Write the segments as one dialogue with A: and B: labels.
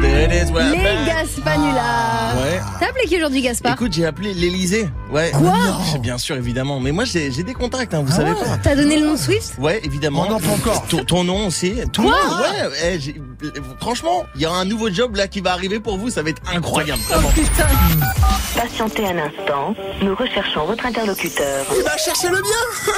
A: It is what
B: Les
A: happens.
B: Gaspanulas.
A: ben. Ouais.
B: T'as appelé qui aujourd'hui, Gaspard
A: Écoute, j'ai appelé l'Elysée. Ouais.
B: Quoi Ah
A: Non. Bien sûr, évidemment. Mais moi, j'ai j'ai des contacts, hein, vous savez pas.
B: T'as donné le nom de Swift
A: Ouais, évidemment.
C: Oh non, pas encore.
A: Ton, ton nom aussi. Tout
B: Quoi
A: le monde. Ouais. eh, j'ai- franchement, il y aura un nouveau job là qui va arriver pour vous. Ça va être incroyable.
B: Oh
A: Vraiment.
B: putain
D: Patientez un instant, nous recherchons votre interlocuteur.
A: Il va chercher le bien.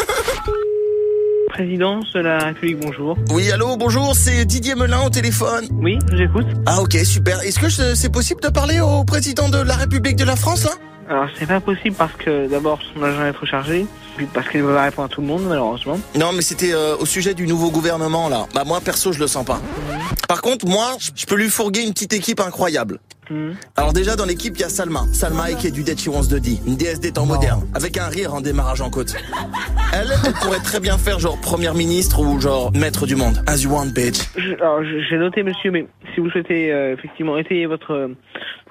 E: Présidence de la République, bonjour.
A: Oui, allô, bonjour. C'est Didier Melin au téléphone.
E: Oui, j'écoute.
A: Ah, ok, super. Est-ce que je- c'est possible de parler au président de la République de la France là
E: Alors, c'est pas possible parce que d'abord son agent est trop chargé, puis parce qu'il ne peut pas répondre à tout le monde, malheureusement.
A: Non, mais c'était euh, au sujet du nouveau gouvernement là. Bah moi perso, je le sens pas. Par contre, moi, je- je peux lui fourguer une petite équipe incroyable.
E: Mhm.
A: Alors déjà dans l'équipe, il y a Salma. Salma qui est du Dead She Wants to Die, une déesse des temps modernes, avec un rire en démarrage en côte. Elle, elle pourrait très bien faire genre première ministre ou genre maître du monde. As you want, bitch.
E: Je- alors, je- j'ai noté, monsieur, mais si vous souhaitez euh, effectivement étayer votre, euh,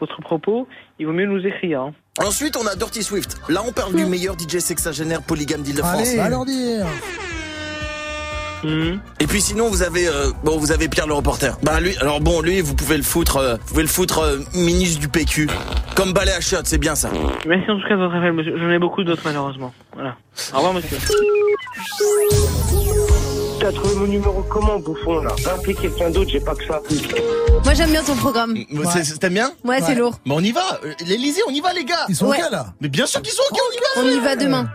E: votre propos, il vaut mieux nous écrire. hein.
A: Ensuite, on a Dirty Swift. Là, on parle du meilleur DJ sexagénaire polygame d'Île-de-France.
C: Allez, va leur dire.
E: Mhm.
A: Et puis sinon vous avez euh, bon vous avez Pierre le reporter. Bah lui alors bon lui vous pouvez le foutre euh, vous pouvez le foutre euh, ministre du PQ comme balai à chiottes c'est bien ça.
E: Merci en tout cas de votre appel, monsieur. J'en ai beaucoup d'autres, malheureusement. Voilà. Au revoir, monsieur.
F: T'as trouvé mon numéro comment, bouffon, là Va appeler quelqu'un d'autre, j'ai pas que ça.
B: Moi j'aime bien ton programme. Ouais,
A: C'est- c'est- T'aimes bien
B: c'est lourd.
A: Bah on y va Euh, l'Élysée on y va les gars.
C: Ils sont
B: Ouais.
C: au cas, là.
A: Mais bien sûr qu'ils sont ok on y va.
B: On y va demain.